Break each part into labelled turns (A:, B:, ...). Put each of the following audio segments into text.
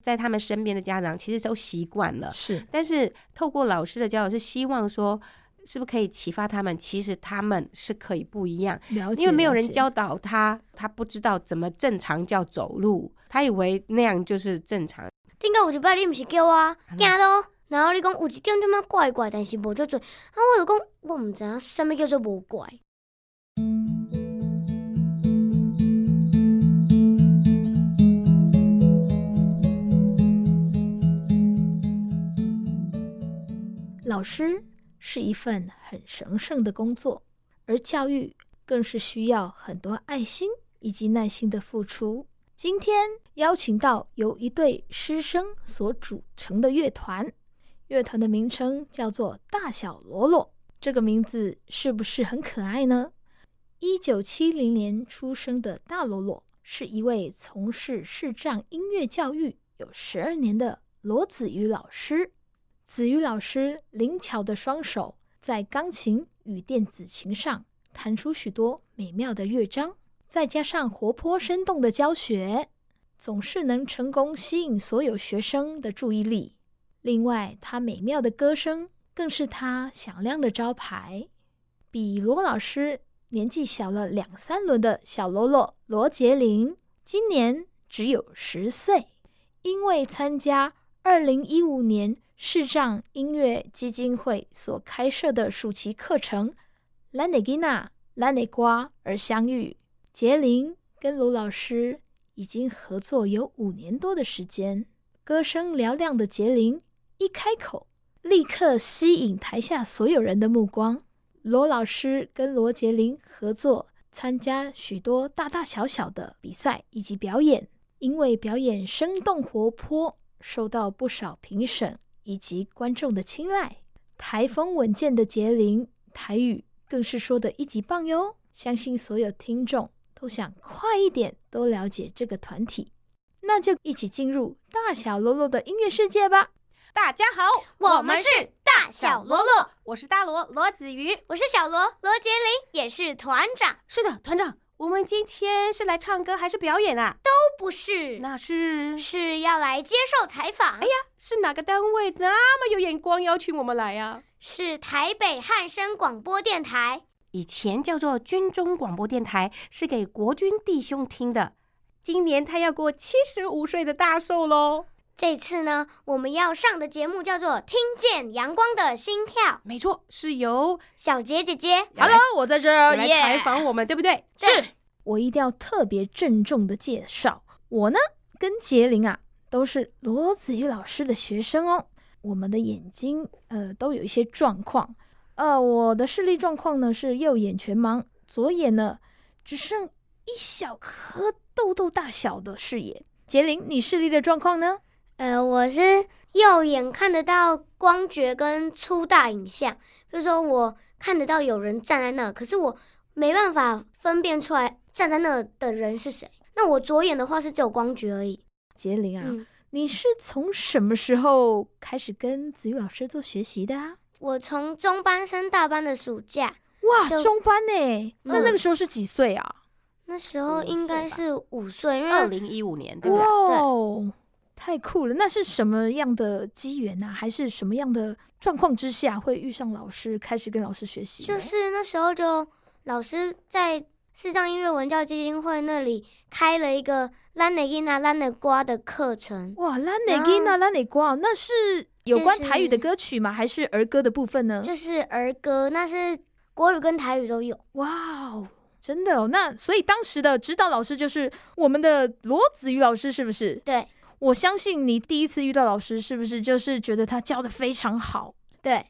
A: 在他们身边的家长其实都习惯了，
B: 是
A: 但是透过老师的教导，是希望说，是不是可以启发他们？其实他们是可以不一样，
B: 了解，
A: 因为没有
B: 了
A: 人
B: 解
A: 教导他，他不知道怎么正常叫走路，他以为那样就是正常。
C: 顶到有一摆你毋是叫我
A: 嗯
C: 行咯，然后你讲有一点点仔怪怪，但是无足准，啊，我就讲我毋知影啥物叫做无怪。
B: 老师是一份很神圣的工作，而教育更是需要很多爱心以及耐心的付出。今天邀请到由一对师生所组成的乐团，乐团的名称叫做“大小罗罗”，这个名字是不是很可爱呢？一九七零年出生的大罗罗是一位从事视障音乐教育有十二年的罗子瑜老师。子瑜老师灵巧的双手在钢琴与电子琴上弹出许多美妙的乐章，再加上活泼生动的教学，总是能成功吸引所有学生的注意力。另外，他美妙的歌声更是他响亮的招牌。比罗老师年纪小了两三轮的小喽啰罗杰林，今年只有十岁。因为参加二零一五年视障音乐基金会所开设的暑期课程《兰内吉娜兰内瓜》而相遇。杰林跟罗老师已经合作有五年多的时间，歌声嘹亮的杰林一开口，立刻吸引台下所有人的目光。罗老师跟罗杰林合作参加许多大大小小的比赛以及表演，因为表演生动活泼，受到不少评审以及观众的青睐。台风稳健的杰林，台语更是说的一级棒哟！相信所有听众都想快一点多了解这个团体，那就一起进入大小喽啰的音乐世界吧！
A: 大家好，
C: 我们是大小罗罗，
A: 我是大罗罗子瑜。
C: 我是小罗罗杰林，也是团长，
A: 是的，团长，我们今天是来唱歌还是表演啊？
C: 都不是，
A: 那是
C: 是要来接受采访。哎呀，
A: 是哪个单位那么有眼光邀请我们来啊呀、
C: 是台北汉声广播电台。
A: 以前叫做军中广播电台，是给国军弟兄听的。今年他要过七十五岁的大寿喽。
C: 这次呢，我们要上的节目叫做《听见阳光的心跳》，
A: 没错，是由
C: 小杰姐姐
B: Hello，我在这
A: 你
B: 儿
A: 来
B: 耶
A: 采访我们对不对？
C: 是
B: 我一定要特别郑重的介绍，我呢跟杰林啊都是罗子瑜老师的学生哦。我们的眼睛呃都有一些状况，呃，我的视力状况呢是右眼全盲，左眼呢只剩一小颗豆豆大小的视野。杰林，你视力的状况呢？
C: 呃，我是右眼看得到光觉跟粗大影像，就是说我看得到有人站在那，可是我没办法分辨出来站在那的人是谁。那我左眼的话是只有光觉而已。
B: 杰林啊，
C: 嗯，
B: 你是从什么时候开始跟子瑜老师做学习的啊？
C: 我从中班升大班的暑假，
B: 哇，
C: 就
B: 中班呢？那
C: 嗯
B: 那个时候是几岁啊？
C: 那时候应该是五岁，因
A: 二
C: 为
A: 零一五年，对不
B: 哇
A: 对？
B: 哦，太酷了！那是什么样的机缘啊？还是什么样的状况之下会遇上老师，开始跟老师学习呢？
C: 就是那时候就老师在视障音乐文教基金会那里开了一个拉内伊娜拉内瓜的课程。
B: 哇，拉内吉娜拉内瓜，那是有关台语的歌曲吗？还是儿歌的部分呢？
C: 就是儿歌，那是国语跟台语都有。
B: 哇哦，真的哦！那所以当时的指导老师就是我们的罗子瑜老师，是不是？
C: 对
B: 我相信你第一次遇到老师，是不是就是觉得他教的非常好？
C: 对，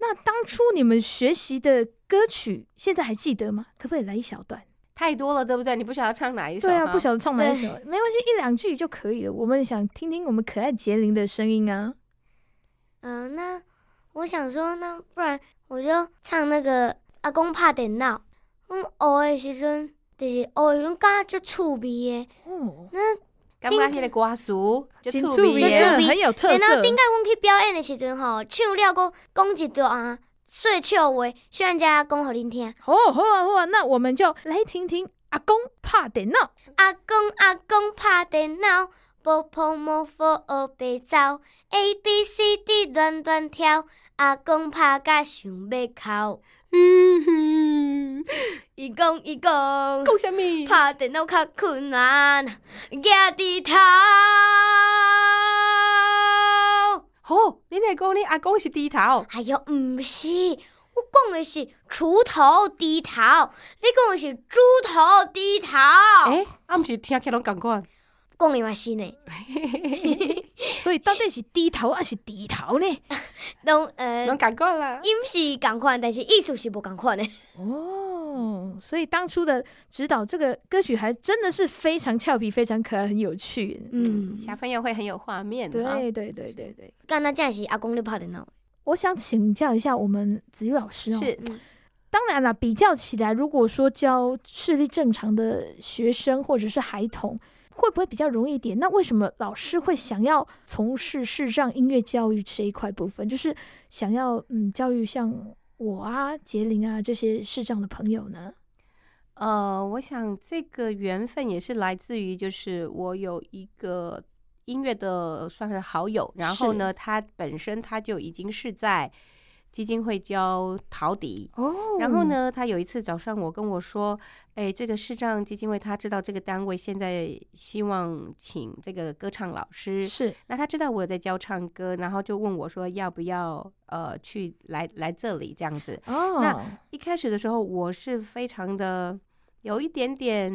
B: 那当初你们学习的歌曲，现在还记得吗？可不可以来一小段？
A: 太多了，对不对？你不晓得唱哪一首？
B: 对啊，
A: 哈
B: 不晓得唱哪一
C: 对
B: 首，没关系，一两句就可以了。我们想听听我们可爱杰林的声音啊。
C: 嗯、那我想说呢，不然我就唱那个阿公怕点闹。嗯，偶的时阵就是偶的时阵，感觉就趣味的。
B: 哦，
A: 感觉迄个歌词就
B: 真
A: 触
B: 趣味
C: 真
A: 鼻
C: 趣味
B: 很有特
C: 然后
B: 色。
C: 顶摆阮去表演的时阵吼，唱了个讲一段细笑话，小人家讲互恁听。
B: 哦，好啊，好啊，那我们就来听听阿公怕电脑。
C: 阿公阿公拍电脑，波碰摸佛学白走，A B C D 乱乱跳，阿公拍甲想要哭。
A: 嗯哼，
C: 伊讲伊讲，
A: 讲什么？
C: 拍电脑较困难，举伫头。
A: 哦，恁会讲恁阿公是猪头，
C: 哎哟，毋是，我讲的是锄头低头，你讲的是猪头低头。
A: 诶、啊毋是听起来拢共款。
C: 讲的嘛是呢，
B: 所以到底是低头还是低头呢？
C: 拢呃
A: 拢，共款啦。
C: 音是共款，但是意思是无共款的。
B: 哦，所以当初的指导这个歌曲还真的是非常俏皮、非常可爱、很有趣。
C: 嗯，
A: 小朋友会很有画面的、啊。
B: 对对对对对，
C: 干那真的是阿公咧拍电脑。
B: 我想请教一下我们子瑜老师哦。
A: 是
B: 当然啦，比较起来，如果说教视力正常的学生或者是孩童，会不会比较容易一点？那为什么老师会想要从事视障音乐教育这一块部分？就是想要嗯教育像我啊、杰林啊这些视障的朋友呢？
A: 呃，我想这个缘分也是来自于，就是我有一个音乐的算是好友，然后呢，他本身他就已经是在基金会教陶笛。
B: 哦
A: 然后？呢，他有一次找上我，跟我说：“哎，这个视障基金会，他知道这个单位现在希望请这个歌唱老师，
B: 是
A: 那他知道我有在教唱歌，然后就问我说要不要呃去来来这里这样子。
B: 哦，
A: 那啊一开始的时候，我是非常的有一点点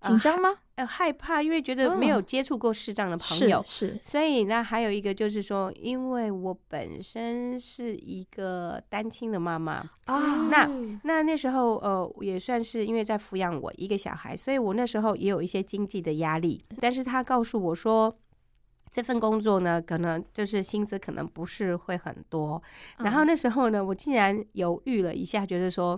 A: 呃
B: 紧张吗？
A: 呃害怕，因为觉得没有接触过视障的朋友，
B: 是是
A: 所以那还有一个就是说，因为我本身是一个单亲的妈妈，
B: 啊，
A: 哦那
C: 嗯
A: 那那时候呃也算是因为在抚养我一个小孩，所以我那时候也有一些经济的压力。但是他告诉我说，这份工作呢，可能就是薪资可能不是会很多。然后
B: 呢？
A: 那时候呢，我竟然犹豫了一下，觉得说，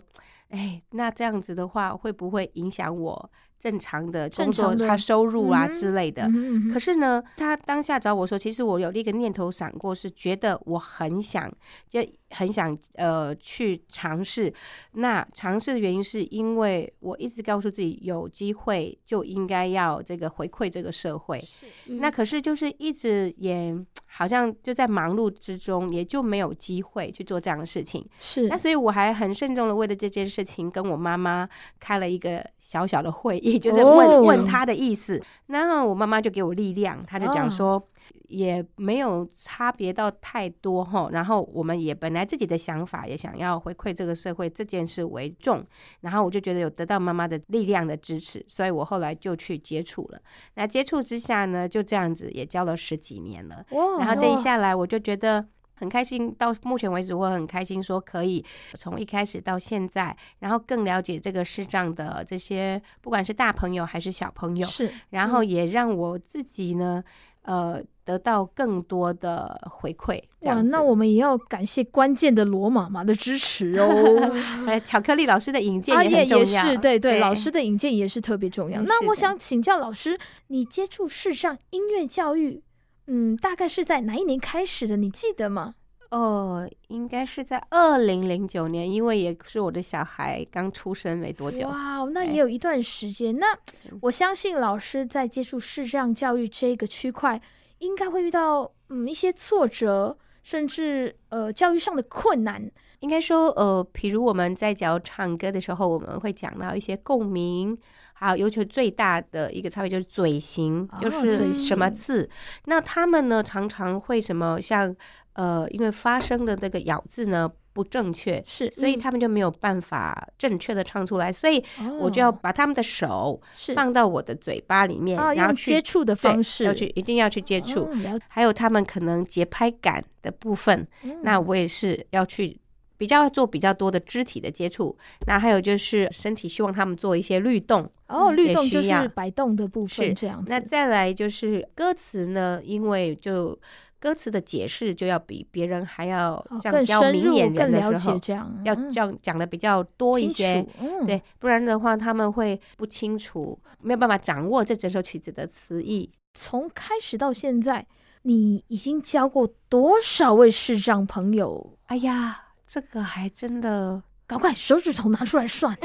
A: 哎，那这样子的话会不会影响我正常的工作、
B: 正常的
A: 他收入啊
C: 嗯哼
A: 之类的？
B: 嗯
A: 可是呢，他当下找我说，其实我有一个念头闪过，是觉得我很想，就很想呃去尝试。那尝试的原因是因为我一直告诉自己，有机会就应该要这个回馈这个社会。
C: 嗯
A: 那可是就是一直也好像就在忙碌之中，也就没有机会去做这样的事情。
B: 是
A: 那所以我还很慎重的为了这件事情跟我妈妈开了一个小小的会议，就是问、
B: 哦
A: 问她的意思。然后我妈妈就给我力量，她就
B: 哦
A: 讲说。也没有差别到太多哈，然后我们也本来自己的想法也想要回馈这个社会这件事为重，然后我就觉得有得到妈妈的力量的支持，所以我后来就去接触了。那接触之下呢，就这样子也教了十几年了。
B: 哇，
A: 然后这一
C: 哇
A: 下来，我就觉得很开心。到目前为止，我很开心，说可以从一开始到现在，然后更了解这个视障的这些，不管是大朋友还是小朋友，
B: 是
A: 然后也让我自己呢，呃，得到更多的回馈。这
B: 哇，
A: 样子
B: 那我们也要感谢关键的罗妈妈的支持哦。
A: 呃，巧克力老师的引荐
B: 阿
A: 也
B: 叶
A: 很重
B: 啊也
A: 要，
B: 是，对对，老师的引荐也是特别重要。
A: 嗯是
B: 那我
A: 的
B: 想请教老师，你接触视障音乐教育，嗯，大概是在哪一年开始的？你记得吗？
A: 哦，应该是在二零零九年，因为也是我的小孩刚出生没多久。
B: 哇，哦那
A: 哎
B: 也有一段时间。那
A: 嗯
B: 我相信老师在接触视障教育这个区块，应该会遇到嗯一些挫折，甚至呃教育上的困难。
A: 应该说，呃，比如我们在教唱歌的时候，我们会讲到一些共鸣，还有尤其最大的一个差别就是嘴型，
B: 哦
A: 就
B: 嘴
A: 是什么
B: 型
A: 字。那他们呢，常常会什么像，呃，因为发声的那个咬字呢不正确，
B: 是，
A: 所以
C: 嗯
A: 他们就没有办法正确的唱出来，所以我就要
B: 哦
A: 把他们的手
B: 是
A: 放到我的嘴巴里面，
B: 啊，
A: 然后
B: 用
A: 去
B: 接触的
A: 对
B: 方式
A: 要去一定要去接触。
B: 哦了
A: 还有他们可能节拍感的部分，
B: 嗯
A: 那我也是要去比较做比较多的肢体的接触，那还有就是身体希望他们做一些律动。
B: 哦，律
A: 也
B: 动
A: 需
B: 就是
A: 要
B: 摆动的部分
A: 是
B: 这样子。
A: 那再来就是歌词呢，因为就歌词的解释就要比别人还要
B: 哦
A: 像
B: 更
A: 教
B: 深
A: 明
B: 入、
A: 眼人
B: 更了
A: 的时
B: 解
A: 候，
B: 这样，
A: 要
B: 嗯
A: 讲讲的比较多一
B: 清
A: 些。
B: 楚嗯，
A: 对，不然的话他们会不清楚，没有办法掌握这整首曲子的词义。
B: 从开始到现在，你已经教过多少位视障朋友？
A: 哎呀，这个还真的
B: 赶快手指头拿出来算，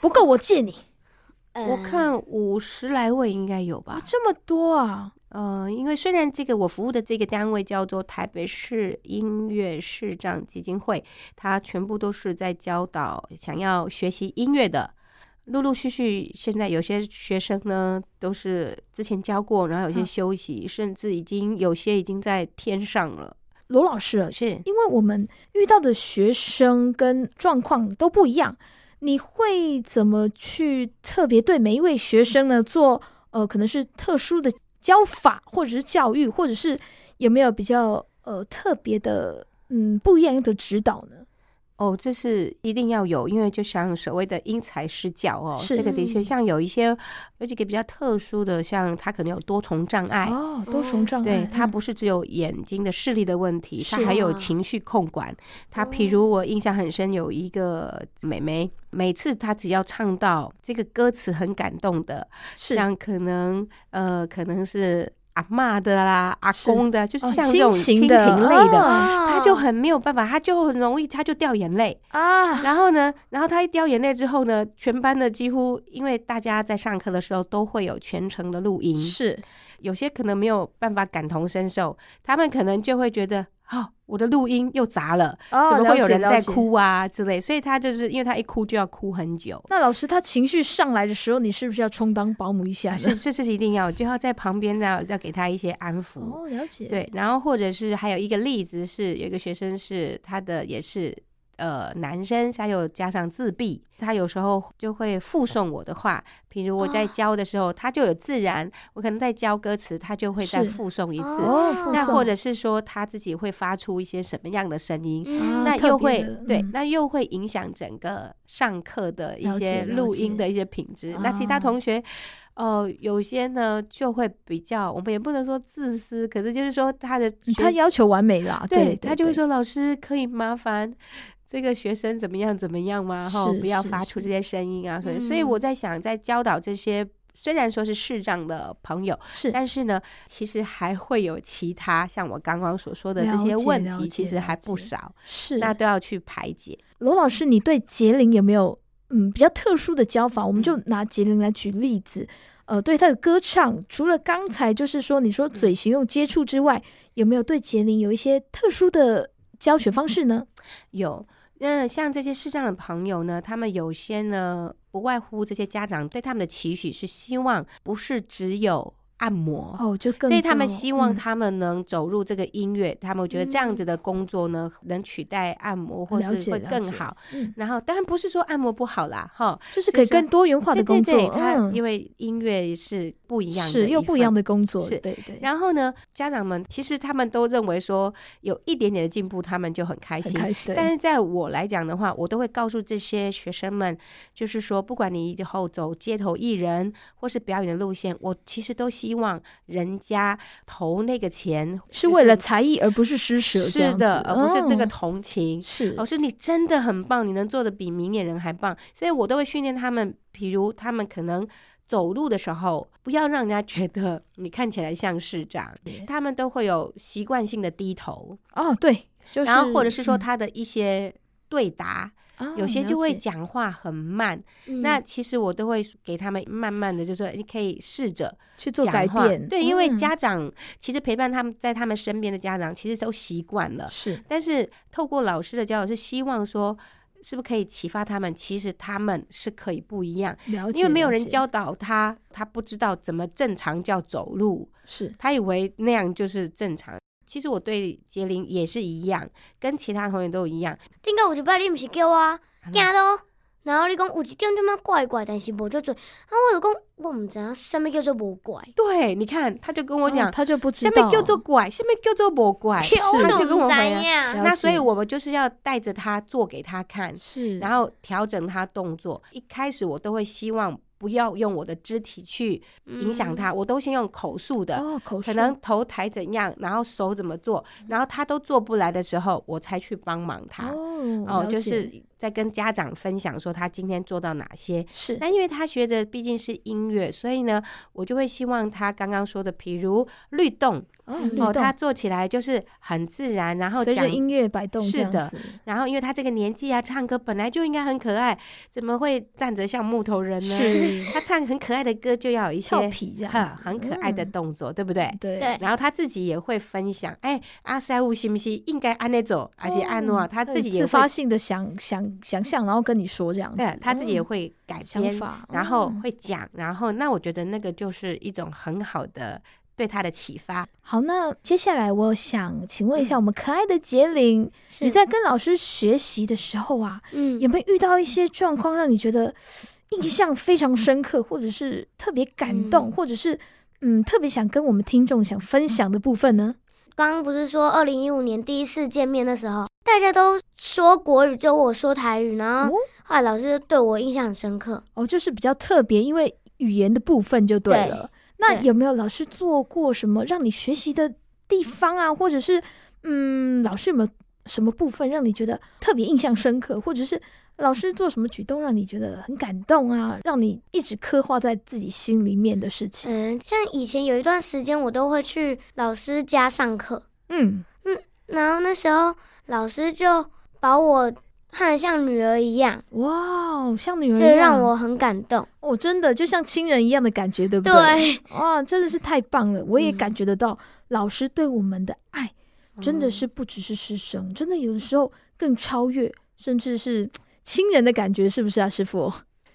B: 不够我借你。
C: 呃
B: 嗯
A: 我看五十来位应该有吧
B: 哦哇，，这么多啊！
A: 呃，因为虽然这个我服务的这个单位叫做台北市音乐视障基金会，它全部都是在教导想要学习音乐的。陆陆续续，现在有些学生呢都是之前教过，然后有些
B: 嗯
A: 休息，甚至已经有些已经在天上了。
B: 罗老师，
A: 是，
B: 因为我们遇到的学生跟状况都不一样，你会怎么去特别对每一位学生呢做呃，可能是特殊的教法，或者是教育，或者是有没有比较呃特别的嗯不一样的指导呢？
A: 哦，这是一定要有，因为就像所谓的因材施教哦，
B: 是
A: 这个的确
C: 嗯
A: 像有一些有几个比较特殊的，像他可能有多重障碍，
B: 哦，多重障碍，
A: 哎对他
B: 嗯
A: 不是只有眼睛的视力的问题，他
B: 是哦
A: 还有
C: 啊
A: 情绪控管。他譬如我印象很深，有一个妹妹，每次她只要唱到这个歌词很感动的，
B: 是
A: 像可能呃可能是阿嬷的啦、阿
B: 是
A: 公的，啊就是
B: 哦
A: 像这种亲情
B: 亲情的
A: 类的。
B: 哦
A: 她就很没有办法，她就很容易，她就掉眼泪。
B: 啊，
A: 然后呢，然后她一掉眼泪之后呢，全班的几乎，因为大家在上课的时候都会有全程的录音，
B: 是
A: 有些可能没有办法感同身受，他们可能就会觉得，哦，我的录音又砸了，
B: 哦，
A: 怎么会有人
B: 了
A: 在
B: 解？了解
A: 哭啊之类，所以他就是因为他一哭就要哭很 久。
B: 那老师他情绪上来的时候，你是不是要充当保姆一下呢？
A: 啊是，这是一定要，就要在旁边要要给他一些安抚。
B: 哦，了解，
A: 对，然后或者是还有一个例子是，有一个学生是他的也是呃男生，他有加上自闭，他有时候就会附送我的话，比如我在
C: 啊
A: 教的时候，他就有自然，我可能在教歌词，他就会再
B: 是
A: 附送一次。
B: 哦，
C: 那
B: 附
A: 那
B: 送
A: 或者是说他自己会发出一些什么样的声音，
B: 啊
A: 那
B: 特
A: 又
B: 别
A: 会
B: 的
A: 对
B: 嗯，
A: 那又会影响整个上课的一
B: 了解
A: 些
B: 了
A: 录
B: 解
A: 音的一些品质。那其
B: 啊
A: 他同学，呃，有些呢就会比较，我们也不能说自私，可是就是说他的
B: 嗯
A: 学
B: 他
A: 习
B: 要求完美啦，
A: 对
B: 对
A: 他就会
B: 对
A: 说老师可以麻烦。这个学生怎么样怎么样吗？哈，
B: 是
A: 不要
B: 是
A: 发出
B: 是嗯
A: 这些声音啊！所以，所以我在想，在教导这些虽然说是视障的朋友，
B: 是
A: 但是呢，其实还会有其他像我刚刚所说的这
B: 了
A: 些
B: 解
A: 问
B: 了
A: 题，其
B: 解
A: 实
B: 了
A: 还不
B: 解
A: 少，
B: 是。
A: 那都要去排解。
B: 罗老师，你对杰林有没有嗯比较特殊的教法？我
A: 嗯
B: 们就拿杰林来举例子。呃，对他的歌唱，除了刚才就是说你说嘴型用接触之外，有没有对杰林有一些特殊的教学方式呢？
A: 有，那像这些视障的朋友呢，他们有些呢，不外乎这些家长对他们的期许是希望不是只有按摩。
B: 哦，就更
A: 所以他们
B: 多
A: 希望
B: 嗯
A: 他们能走入这个音乐，他们觉得这样子的工作呢，能取代按摩或
B: 了
A: 是
B: 解
A: 会
B: 了
A: 更
B: 解
A: 好。
B: 嗯，
A: 然后，当然不是说按摩不好啦，哈，
B: 就是可以
A: 是说
B: 更多元化的
A: 对
B: 工
A: 对
B: 作，
A: 对，它
B: 嗯，
A: 因为音乐是不一样的，
B: 是又不一样。的工作，
A: 是
B: 对对，
A: 然后呢，家长们其实他们都认为说有一点点的进步，他们就很开
B: 很
A: 心。
B: 开心，
A: 但是在我来讲的话，我都会告诉这些学生们，就是说，不管你以后走街头艺人或是表演的路线，我其实都希望人家投那个钱
B: 是为了才艺，而不是施舍，这
A: 是
B: 样
A: 的，
B: 子
A: 而不是那个
B: 哦
A: 同哦情。
B: 是
A: 老师，你真的很棒，你能做的比明眼人还棒，所以我都会训练他们，比如他们可能走路的时候，不要让人家觉得你看起来像市长，他们都会有习惯性的低头，
B: 哦，对，就是
A: 然后或者是说
B: 嗯
A: 他的一些对答，
B: 啊
A: 有些
B: 了
A: 就会
B: 解
A: 讲话很慢，
C: 嗯
A: 那其实我都会给他们慢慢的，就说你可以试着
B: 去做
A: 讲
B: 改
A: 话，
B: 变，
A: 对，因为
B: 嗯
A: 家长其实陪伴他们在他们身边的家长其实都习惯了。
B: 是
A: 但是透过老师的教导，是希望说，是不是可以启发他们？其实他们是可以不一样，
B: 了解，
A: 因为没有
B: 了
A: 人
B: 解
A: 教导他，他不知道怎么正常叫走路，
B: 是
A: 他以为那样就是正常。其实我对杰林也是一样，跟其他同学都一样。
C: 顶个有一摆你毋是叫我
A: 啊
C: 行咯，然后你讲有一点点仔怪怪，但是无足准，啊，我就讲我毋知影什物叫做无怪，
A: 对，你看，他就跟我讲，
B: 哦他就不知
A: 下
B: 道
A: 面叫做拐，下面叫做魔拐，
B: 哎
C: 对我
A: 他
C: 都
A: 就跟我
C: 毋知
A: 讲。
C: 影。
B: 了
A: 那所以
B: 解
A: 我们就是要带着他做给他看，
B: 是，
A: 然后调整他动作。一开始我都会希望不要用我的肢体去影响他，我都先用口述的，
B: 嗯哦口
A: 可
B: 述嗯
A: 能头抬怎样，然后手怎么做，然后他都做不来的时候，我才去帮忙他。
B: 哦
A: 哦，
B: 了
A: 就
B: 解
A: 是在跟家长分享说他今天做到哪些。
B: 是
A: 那因为他学的毕竟是音乐，所以呢，我就会希望他刚刚说的，比如律动
B: 哦，
C: 嗯
B: 律
A: 哦，
B: 动
A: 他做起来就是很自然，然后
B: 随
A: 讲
B: 着音乐摆动
A: 是
B: 这样
A: 的
B: 子，
A: 然后因为他这个年纪啊，唱歌本来就应该很可爱，怎么会站着像木头人呢？
B: 是
A: 他唱很可爱的歌，就要有一
B: 俏
A: 些
B: 皮这样
A: 很很
B: 子，
A: 可爱的
B: 嗯
A: 动作，对不对？
B: 对
C: 对
A: 然后他自己也会分享，哎，阿塞乌是不是应该按那走，而且按诺，啊他
B: 嗯
A: 自己也会
B: 自发，性的想想想象，然后跟你说这样
A: 对
B: 子，，
A: 他自己也
B: 嗯
A: 会改
B: 想
A: 编，
B: 法，
A: 然后
B: 嗯
A: 会讲，然后那我觉得那个就是一种很好的对他的启发。
B: 好，那接下来我想请问一
A: 嗯
B: 下我们可爱的杰林，你
C: 是
B: 在跟老师学习的时候啊，
C: 嗯
B: 有没有遇到一些状况让你觉得 印象非常深刻，或者是特别感动，
C: 嗯
B: 或者是嗯特别想跟我们听众想分享的部分呢？
C: 刚刚不是说二零一五年第一次见面的时候，大家都说国语，就我说台语，然
B: 哦
C: 后后来老师对我印象很深刻。
B: 哦，就是比较特别，因为语言的部分就对
C: 对
B: 了。那
C: 对
B: 有没有老师做过什么让你学习的地方啊，或者是嗯，老师有没有什么部分让你觉得特别印象深刻，或者是老师做什么举动让你觉得很感动啊，让你一直刻画在自己心里面的事情？
C: 嗯，像以前有一段时间，我都会去老师家上课，
B: 嗯，
C: 然后那时候老师就把我看得像女儿一样，
B: 哇哦，像女儿一
C: 这
B: 样，
C: 让我很感动。
B: 哦，真的就像亲人一样的感觉，对不
C: 对，
B: 哇，真的是太棒了！我也
C: 嗯
B: 感觉得到老师对我们的爱。真
C: 哦
B: 的是不只是师生，真的有的时候更超越，甚至是亲人的感觉，是不是啊，师傅？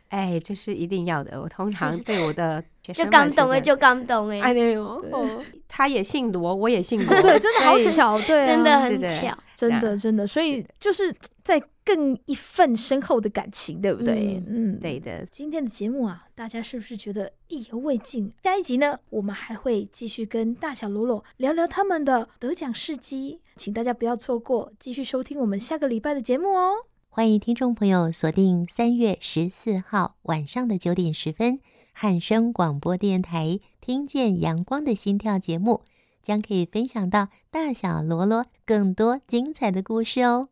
A: 哎，这是一定要的。我通常对我的学生
C: 就
A: 们
C: 感
A: 是
C: 动
A: 这
C: 哎，
A: 样
C: 就感动哎，
A: 哎呦，他也姓罗，我也姓罗，
B: 哦 对，真的好
A: 所以
B: 巧，对、啊，
C: 真的
A: 是
C: 很
A: 的
C: 巧。
B: 真的，真的，所以就是在更一份深厚的感情，对不对？嗯，
A: 对。的，
B: 今天的节目啊，大家是不是觉得意犹未尽？下一集呢，我们还会继续跟大小罗罗聊聊他们的得奖事迹，请大家不要错过，继续收听我们下个礼拜的节目哦。
D: 欢迎听众朋友锁定三月十四号晚上的九点十分，汉声广播电台《听见阳光的心跳》节目，将可以分享到大小罗罗更多精彩的故事哦。